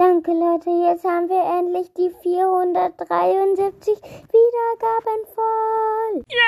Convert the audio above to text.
Danke Leute, jetzt haben wir endlich die 473 Wiedergaben voll. Ja!